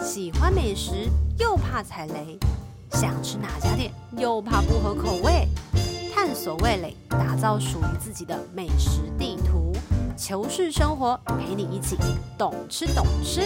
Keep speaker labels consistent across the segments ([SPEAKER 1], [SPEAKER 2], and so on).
[SPEAKER 1] 喜欢美食又怕踩雷，想吃哪家店又怕不合口味，探索味蕾，打造属于自己的美食地图，求是生活陪你一起懂吃懂吃。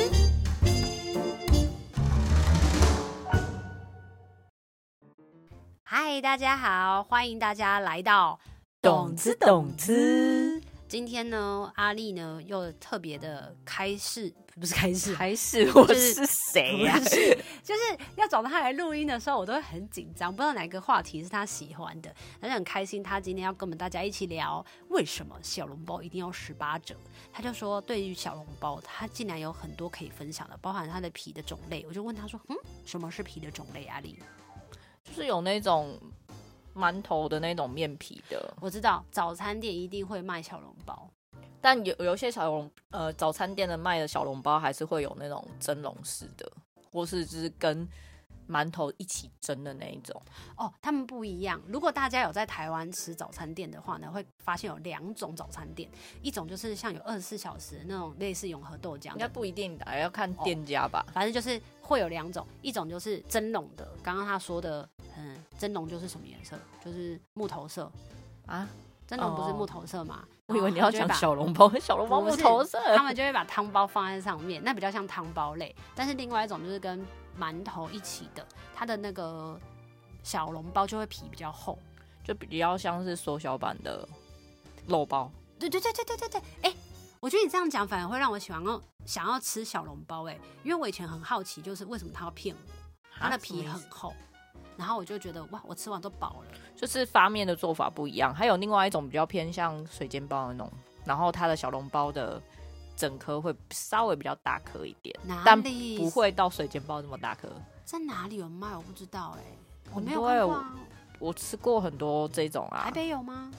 [SPEAKER 1] 嗨，大家好，欢迎大家来到
[SPEAKER 2] 懂之懂 之。
[SPEAKER 1] 今天呢，阿丽呢又特别的开示，不是开示，
[SPEAKER 2] 还是我
[SPEAKER 1] 就是
[SPEAKER 2] 是谁
[SPEAKER 1] 不
[SPEAKER 2] 呀、
[SPEAKER 1] 是，就是要找他来录音的时候，我都会很紧张，不知道哪个话题是他喜欢的，但是很开心，他今天要跟我们大家一起聊为什么小笼包一定要十八折。他就说，对于小笼包，他竟然有很多可以分享的，包含它的皮的种类。我就问他说，嗯，什么是皮的种类？啊阿丽，
[SPEAKER 2] 就是有那种馒头的那种面皮的，
[SPEAKER 1] 我知道早餐店一定会卖小笼包，
[SPEAKER 2] 但有有一些小笼呃早餐店的卖的小笼包还是会有那种蒸笼式的，或是就是跟馒头一起蒸的那一种。
[SPEAKER 1] 哦，他们不一样。如果大家有在台湾吃早餐店的话呢，会发现有两种早餐店，一种就是像有二十四小时那种类似永和豆浆
[SPEAKER 2] 应
[SPEAKER 1] 的
[SPEAKER 2] 该不一定的，要看店家吧。
[SPEAKER 1] 反正就是会有两种，一种就是蒸笼的，刚刚他说的，嗯，蒸笼就是什么颜色？就是木头色，
[SPEAKER 2] 啊，
[SPEAKER 1] 蒸笼不是
[SPEAKER 2] 哦
[SPEAKER 1] 木头色吗？
[SPEAKER 2] 我以为你
[SPEAKER 1] 然
[SPEAKER 2] 要
[SPEAKER 1] 后他哦们就
[SPEAKER 2] 讲
[SPEAKER 1] 会把
[SPEAKER 2] 小笼包，小笼包
[SPEAKER 1] 不
[SPEAKER 2] 木
[SPEAKER 1] 是
[SPEAKER 2] 头色。
[SPEAKER 1] 他们就会把汤包放在上面，那比较像汤包类。但是另外一种就是跟馒头一起的，它的那个小笼包就会皮比较厚。
[SPEAKER 2] 就比较像是缩小版的肉包。
[SPEAKER 1] 对对对对对对对，哎、我觉得你这样讲反而会让我喜欢哦，想要吃小笼包哎、因为我以前很好奇，就是为什么他要骗我，
[SPEAKER 2] 啊
[SPEAKER 1] 它的皮很厚，然后我就觉得哇，我吃完都饱了。
[SPEAKER 2] 就是发面的做法不一样，还有另外一种比较偏向水煎包的那种，然后它的小笼包的整颗会稍微比较大颗一点，
[SPEAKER 1] 哪
[SPEAKER 2] 但
[SPEAKER 1] 里
[SPEAKER 2] 不会到水煎包那么大颗。
[SPEAKER 1] 在哪里有卖？我不知道哎、我
[SPEAKER 2] 很
[SPEAKER 1] 没有
[SPEAKER 2] 多
[SPEAKER 1] 看
[SPEAKER 2] 欸
[SPEAKER 1] 过、啊。
[SPEAKER 2] 我吃过很多这种
[SPEAKER 1] 台
[SPEAKER 2] 啊，
[SPEAKER 1] 北有吗？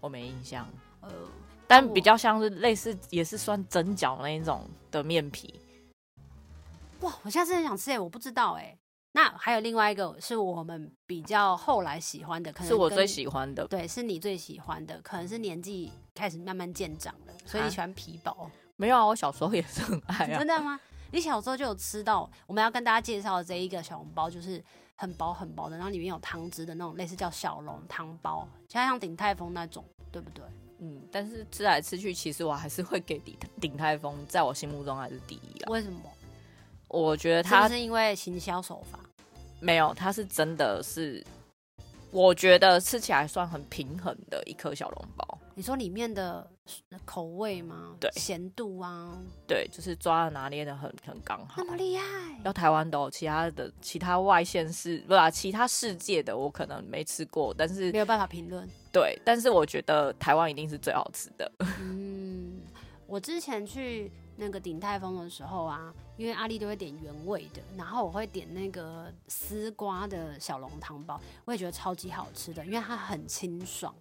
[SPEAKER 2] 我没印象，
[SPEAKER 1] 呃，
[SPEAKER 2] 但
[SPEAKER 1] 我
[SPEAKER 2] 比较像是类似也是算蒸饺那一种的面皮，
[SPEAKER 1] 哇，我下次很想吃哎、我不知道哎、那还有另外一个是我们比较后来喜欢的，可能
[SPEAKER 2] 是我
[SPEAKER 1] 跟
[SPEAKER 2] 最喜欢的。
[SPEAKER 1] 对，是你最喜欢的，可能是年纪开始慢慢渐长了，所以你
[SPEAKER 2] 啊
[SPEAKER 1] 喜欢皮薄，
[SPEAKER 2] 没有啊，我小时候也是很爱啊
[SPEAKER 1] 真。的吗？你小时候就有吃到我们要跟大家介绍的这一个小笼包，就是很薄很薄的，然后里面有汤汁的那种，类似叫小笼汤包，加上鼎泰丰那种，对不对？
[SPEAKER 2] 嗯，但是吃来吃去，其实我还是会给鼎鼎泰丰，在我心目中还是第一啊。
[SPEAKER 1] 为什么？
[SPEAKER 2] 我觉得
[SPEAKER 1] 是
[SPEAKER 2] 它
[SPEAKER 1] 不是因为行销手法？
[SPEAKER 2] 没有，它是真的是，我觉得吃起来算很平衡的一颗小笼包。
[SPEAKER 1] 你说里面的口味吗？
[SPEAKER 2] 对
[SPEAKER 1] 咸度啊，
[SPEAKER 2] 对，就是抓的拿捏的很很刚好
[SPEAKER 1] 那。么厉害。
[SPEAKER 2] 要台湾的哦、其他的其他外县市不啦，其他世界的我可能没吃过，但是
[SPEAKER 1] 没有办法评论。
[SPEAKER 2] 对，但是我觉得台湾一定是最好吃的。
[SPEAKER 1] 嗯，我之前去那个鼎泰丰的时候啊，因为阿丽都会点原味的，然后我会点那个丝瓜的小笼汤包，我也觉得超级好吃的，因为它很清爽。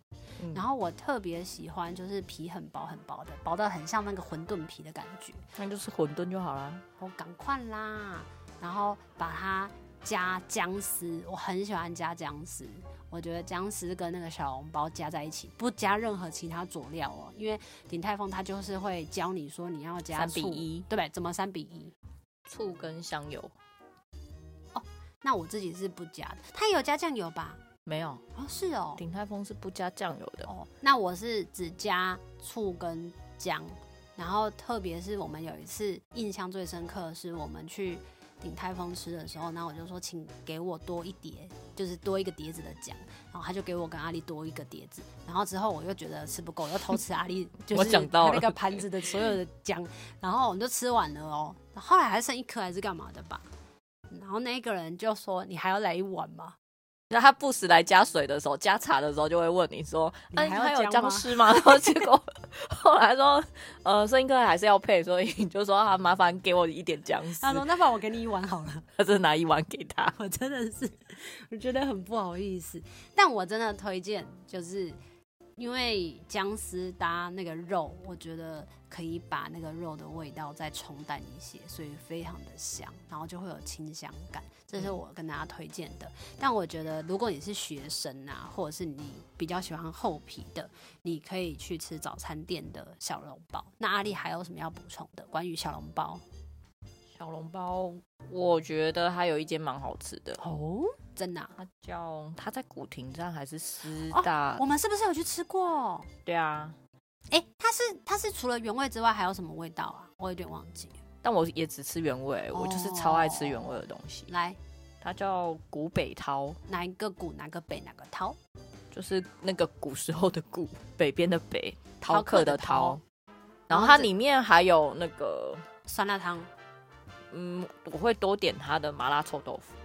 [SPEAKER 2] 嗯
[SPEAKER 1] 然后我特别喜欢就是皮很薄很薄的，薄到很像那个馄饨皮的感觉。
[SPEAKER 2] 那就是馄饨就好啦。
[SPEAKER 1] 我哦赶快啦，然后把它加姜丝，我很喜欢加姜丝。我觉得姜丝跟那个小笼包加在一起，不加任何其他佐料哦，因为鼎泰丰它就是会教你说你要加
[SPEAKER 2] 三比
[SPEAKER 1] 醋，
[SPEAKER 2] 一
[SPEAKER 1] 对不对？怎么三比一？
[SPEAKER 2] 醋跟香油
[SPEAKER 1] 那我自己是不加的，它也有加酱油吧？
[SPEAKER 2] 没有，
[SPEAKER 1] 哦，是哦，
[SPEAKER 2] 鼎泰丰是不加酱油的。
[SPEAKER 1] 哦，那我是只加醋跟姜，然后特别是我们有一次印象最深刻的是我们去鼎泰丰吃的时候，然后我就说请给我多一碟，就是多一个碟子的姜，然后他就给我跟阿丽多一个碟子，然后之后我又觉得吃不够，又偷吃阿丽就
[SPEAKER 2] 我
[SPEAKER 1] 是
[SPEAKER 2] 想到
[SPEAKER 1] 她那
[SPEAKER 2] 了
[SPEAKER 1] 个盘子的所有的姜，然后我们就吃完了哦，后来还剩一颗还是干嘛的吧，然后那一个人就说你还要来一碗吗？
[SPEAKER 2] 那他不时来加水的时候，加茶的时候就会问你说：“
[SPEAKER 1] 你
[SPEAKER 2] 啊，你
[SPEAKER 1] 还
[SPEAKER 2] 还
[SPEAKER 1] 要
[SPEAKER 2] 有
[SPEAKER 1] 姜吗
[SPEAKER 2] 姜丝吗？” 然后结果后来说：“呃，声音课还是要配，所以你就说啊，麻烦给我一点姜丝。
[SPEAKER 1] 他说那不然我给你一碗好了。”
[SPEAKER 2] 他就拿一碗给他。
[SPEAKER 1] 我真的是，我觉得很不好意思。但我真的推荐，就是因为姜丝搭那个肉，我觉得可以把那个肉的味道再冲淡一些，所以非常的香，然后就会有清香感。这是我跟大家推荐的。但我觉得，如果你是学生啊，或者是你比较喜欢厚皮的，你可以去吃早餐店的小笼包。那阿丽还有什么要补充的关于小笼包？
[SPEAKER 2] 小笼包，我觉得它有一间蛮好吃的，
[SPEAKER 1] 哦，真的啊、
[SPEAKER 2] 它叫它在古亭站还是师
[SPEAKER 1] 哦
[SPEAKER 2] 大？
[SPEAKER 1] 我们是不是有去吃过？
[SPEAKER 2] 对啊，
[SPEAKER 1] 哎、它是它是除了原味之外还有什么味道啊？我有点忘记了。
[SPEAKER 2] 但我也只吃原味，我就是超爱吃原味的东西。
[SPEAKER 1] 来，
[SPEAKER 2] 它叫古北涛，
[SPEAKER 1] 哪一个骨哪个北哪个涛？
[SPEAKER 2] 就是那个古时候的古，北边的北，
[SPEAKER 1] 饕
[SPEAKER 2] 饕
[SPEAKER 1] 客
[SPEAKER 2] 客
[SPEAKER 1] 的
[SPEAKER 2] 的
[SPEAKER 1] 饕
[SPEAKER 2] 饕。然后它里面还有那个，
[SPEAKER 1] 酸辣汤，
[SPEAKER 2] 嗯，我会多点它的麻辣臭豆腐，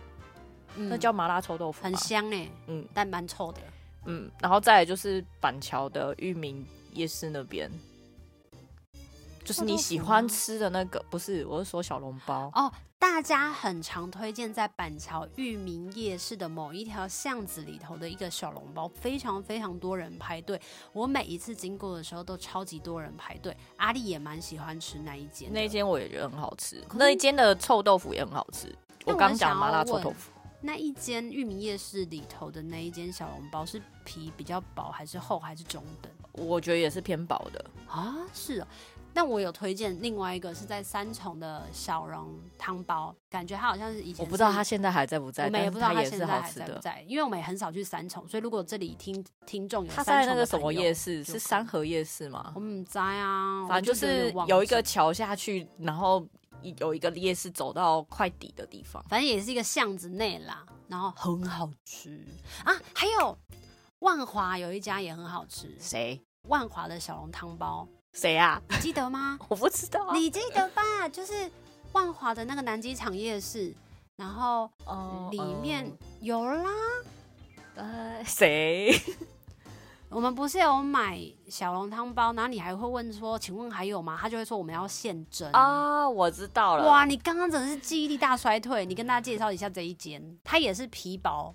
[SPEAKER 1] 嗯
[SPEAKER 2] 那叫麻辣臭豆腐吧，
[SPEAKER 1] 很香哎、
[SPEAKER 2] 嗯
[SPEAKER 1] 但蛮臭的。
[SPEAKER 2] 嗯。然后再来就是板桥的裕民夜市那边，就是你喜欢吃的那个，不是，我是说小笼包。
[SPEAKER 1] 哦，大家很常推荐在板桥裕民夜市的某一条巷子里头的一个小笼包，非常非常多人排队。我每一次经过的时候都超级多人排队。阿丽也蛮喜欢吃那一间的，
[SPEAKER 2] 那一间我也觉得很好吃，
[SPEAKER 1] 可是
[SPEAKER 2] 那一间的臭豆腐也很好吃。
[SPEAKER 1] 那
[SPEAKER 2] 我
[SPEAKER 1] 我
[SPEAKER 2] 刚
[SPEAKER 1] 很
[SPEAKER 2] 讲
[SPEAKER 1] 想
[SPEAKER 2] 麻
[SPEAKER 1] 要
[SPEAKER 2] 辣臭
[SPEAKER 1] 问
[SPEAKER 2] 豆腐，
[SPEAKER 1] 那一间裕民夜市里头的那一间小笼包是皮比较薄，还是厚，还是中等
[SPEAKER 2] 我觉得也是偏薄的。
[SPEAKER 1] 啊？是哦。但我有推荐另外一个是在三重的小笼汤包，感觉它好像是以前
[SPEAKER 2] 我不知道
[SPEAKER 1] 是
[SPEAKER 2] 它现在还在不在，
[SPEAKER 1] 我们
[SPEAKER 2] 但
[SPEAKER 1] 也
[SPEAKER 2] 是
[SPEAKER 1] 不知道
[SPEAKER 2] 它
[SPEAKER 1] 他
[SPEAKER 2] 也
[SPEAKER 1] 现在
[SPEAKER 2] 是好
[SPEAKER 1] 还
[SPEAKER 2] 吃
[SPEAKER 1] 在不
[SPEAKER 2] 的。
[SPEAKER 1] 在，因为我们也很少去三重，所以如果这里听听众有
[SPEAKER 2] 它
[SPEAKER 1] 三
[SPEAKER 2] 在
[SPEAKER 1] 重
[SPEAKER 2] 那
[SPEAKER 1] 的
[SPEAKER 2] 个什
[SPEAKER 1] 朋
[SPEAKER 2] 么
[SPEAKER 1] 友
[SPEAKER 2] 夜，市？是
[SPEAKER 1] 就
[SPEAKER 2] 三河夜市吗
[SPEAKER 1] 我？们在啊，
[SPEAKER 2] 反
[SPEAKER 1] 我
[SPEAKER 2] 正就
[SPEAKER 1] 就有
[SPEAKER 2] 是
[SPEAKER 1] 点忘
[SPEAKER 2] 有一个
[SPEAKER 1] 记，
[SPEAKER 2] 桥下去，然后一有一个夜市走到快底的地方。
[SPEAKER 1] 反正也是一个巷子内啦，然后很好吃啊，还有万华有一家也很好吃，
[SPEAKER 2] 谁？
[SPEAKER 1] 万华的小笼汤包，
[SPEAKER 2] 谁啊？
[SPEAKER 1] 你记得吗？
[SPEAKER 2] 我不知道啊。
[SPEAKER 1] 你记得吧？就是万华的那个南机场夜市，然后
[SPEAKER 2] 哦
[SPEAKER 1] 里面有啦，
[SPEAKER 2] 呃谁？
[SPEAKER 1] 我们不是有买小笼汤包，然后你还会问说，请问还有吗？他就会说我们要现蒸。
[SPEAKER 2] 啊，我知道了。
[SPEAKER 1] 哇，你刚刚真的是记忆力大衰退。你跟大家介绍一下这一间，它也是皮薄，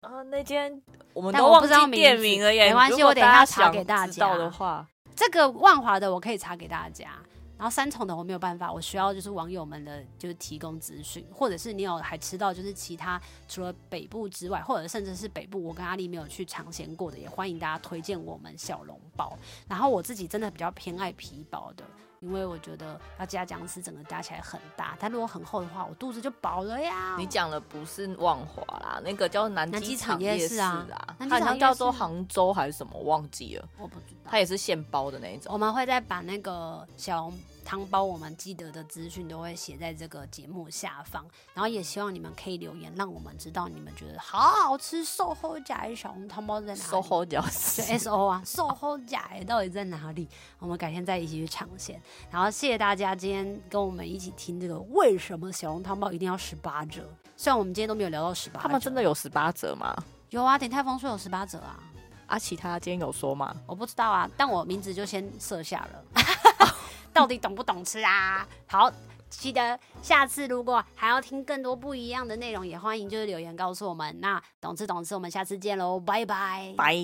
[SPEAKER 2] 啊，那间我们
[SPEAKER 1] 但
[SPEAKER 2] 都
[SPEAKER 1] 我
[SPEAKER 2] 忘
[SPEAKER 1] 不知道
[SPEAKER 2] 记店
[SPEAKER 1] 名字
[SPEAKER 2] 名了耶。
[SPEAKER 1] 没关系
[SPEAKER 2] 如果
[SPEAKER 1] 我等一下
[SPEAKER 2] 家
[SPEAKER 1] 查
[SPEAKER 2] 想
[SPEAKER 1] 给大
[SPEAKER 2] 知道
[SPEAKER 1] 家
[SPEAKER 2] 的话，
[SPEAKER 1] 这个万华的我可以查给大家。然后三重的我没有办法，我需要就是网友们的就是提供资讯，或者是你有还吃到就是其他除了北部之外，或者甚至是北部我跟阿丽没有去尝鲜过的，也欢迎大家推荐我们小笼包。然后我自己真的比较偏爱皮薄的，因为我觉得要加姜丝整个加起来很大，但如果很厚的话，我肚子就饱了呀。
[SPEAKER 2] 你讲的不是万华啦，那个叫南
[SPEAKER 1] 南
[SPEAKER 2] 机
[SPEAKER 1] 机场
[SPEAKER 2] 夜
[SPEAKER 1] 夜市啊
[SPEAKER 2] 啊，它
[SPEAKER 1] 南机
[SPEAKER 2] 好
[SPEAKER 1] 场
[SPEAKER 2] 像
[SPEAKER 1] 夜
[SPEAKER 2] 叫
[SPEAKER 1] 市
[SPEAKER 2] 做杭州还是什么，忘记了。
[SPEAKER 1] 我不知道
[SPEAKER 2] 它。也是现包的那一种。
[SPEAKER 1] 我们会再把那个小笼汤包我们记得的资讯都会写在这个节目下方，然后也希望你们可以留言，让我们知道你们觉得好好吃售后甲的小笼汤包在哪里。
[SPEAKER 2] 收后脚
[SPEAKER 1] 就
[SPEAKER 2] 是
[SPEAKER 1] S O 啊，售后假的到底在哪里？我们改天再一起去尝鲜。然后谢谢大家今天跟我们一起听这个为什么小笼汤包一定要十八折？虽然我们今天都没有聊到十八，
[SPEAKER 2] 他们真的有十八折吗？
[SPEAKER 1] 有啊，鼎泰丰说有十八折啊，
[SPEAKER 2] 啊，其他今天有说吗？
[SPEAKER 1] 我不知道啊，但我名字就先设下了， 到底懂不懂吃啊？好，记得下次如果还要听更多不一样的内容，也欢迎就是留言告诉我们。那懂吃懂吃，我们下次见喽，拜拜，
[SPEAKER 2] 拜。